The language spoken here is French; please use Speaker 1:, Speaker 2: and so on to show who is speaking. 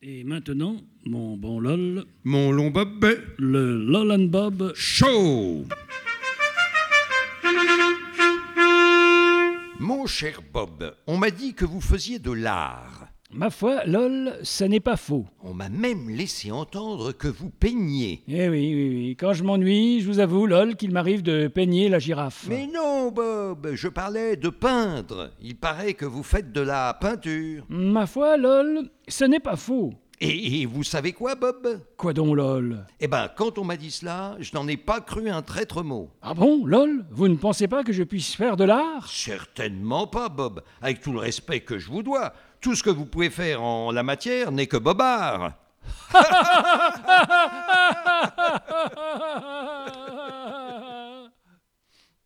Speaker 1: Et maintenant, mon bon LOL,
Speaker 2: Mon long bob
Speaker 1: le LOL and Bob.
Speaker 2: chaud.
Speaker 3: Mon cher Bob, on m'a dit que vous faisiez de l'art.
Speaker 1: Ma foi, LOL, ça n'est pas faux.
Speaker 3: On m'a même laissé entendre que vous peignez.
Speaker 1: Eh oui, oui, oui. Quand je m'ennuie, je vous avoue, LOL, qu'il m'arrive de peigner la girafe.
Speaker 3: Mais non, Bob, je parlais de peindre. Il paraît que vous faites de la peinture.
Speaker 1: Ma foi, LOL, ce n'est pas faux.
Speaker 3: Et, et vous savez quoi, Bob
Speaker 1: Quoi donc, LOL
Speaker 3: Eh ben, quand on m'a dit cela, je n'en ai pas cru un traître mot.
Speaker 1: Ah bon, LOL Vous ne pensez pas que je puisse faire de l'art
Speaker 3: Certainement pas, Bob. Avec tout le respect que je vous dois, tout ce que vous pouvez faire en la matière n'est que bobard.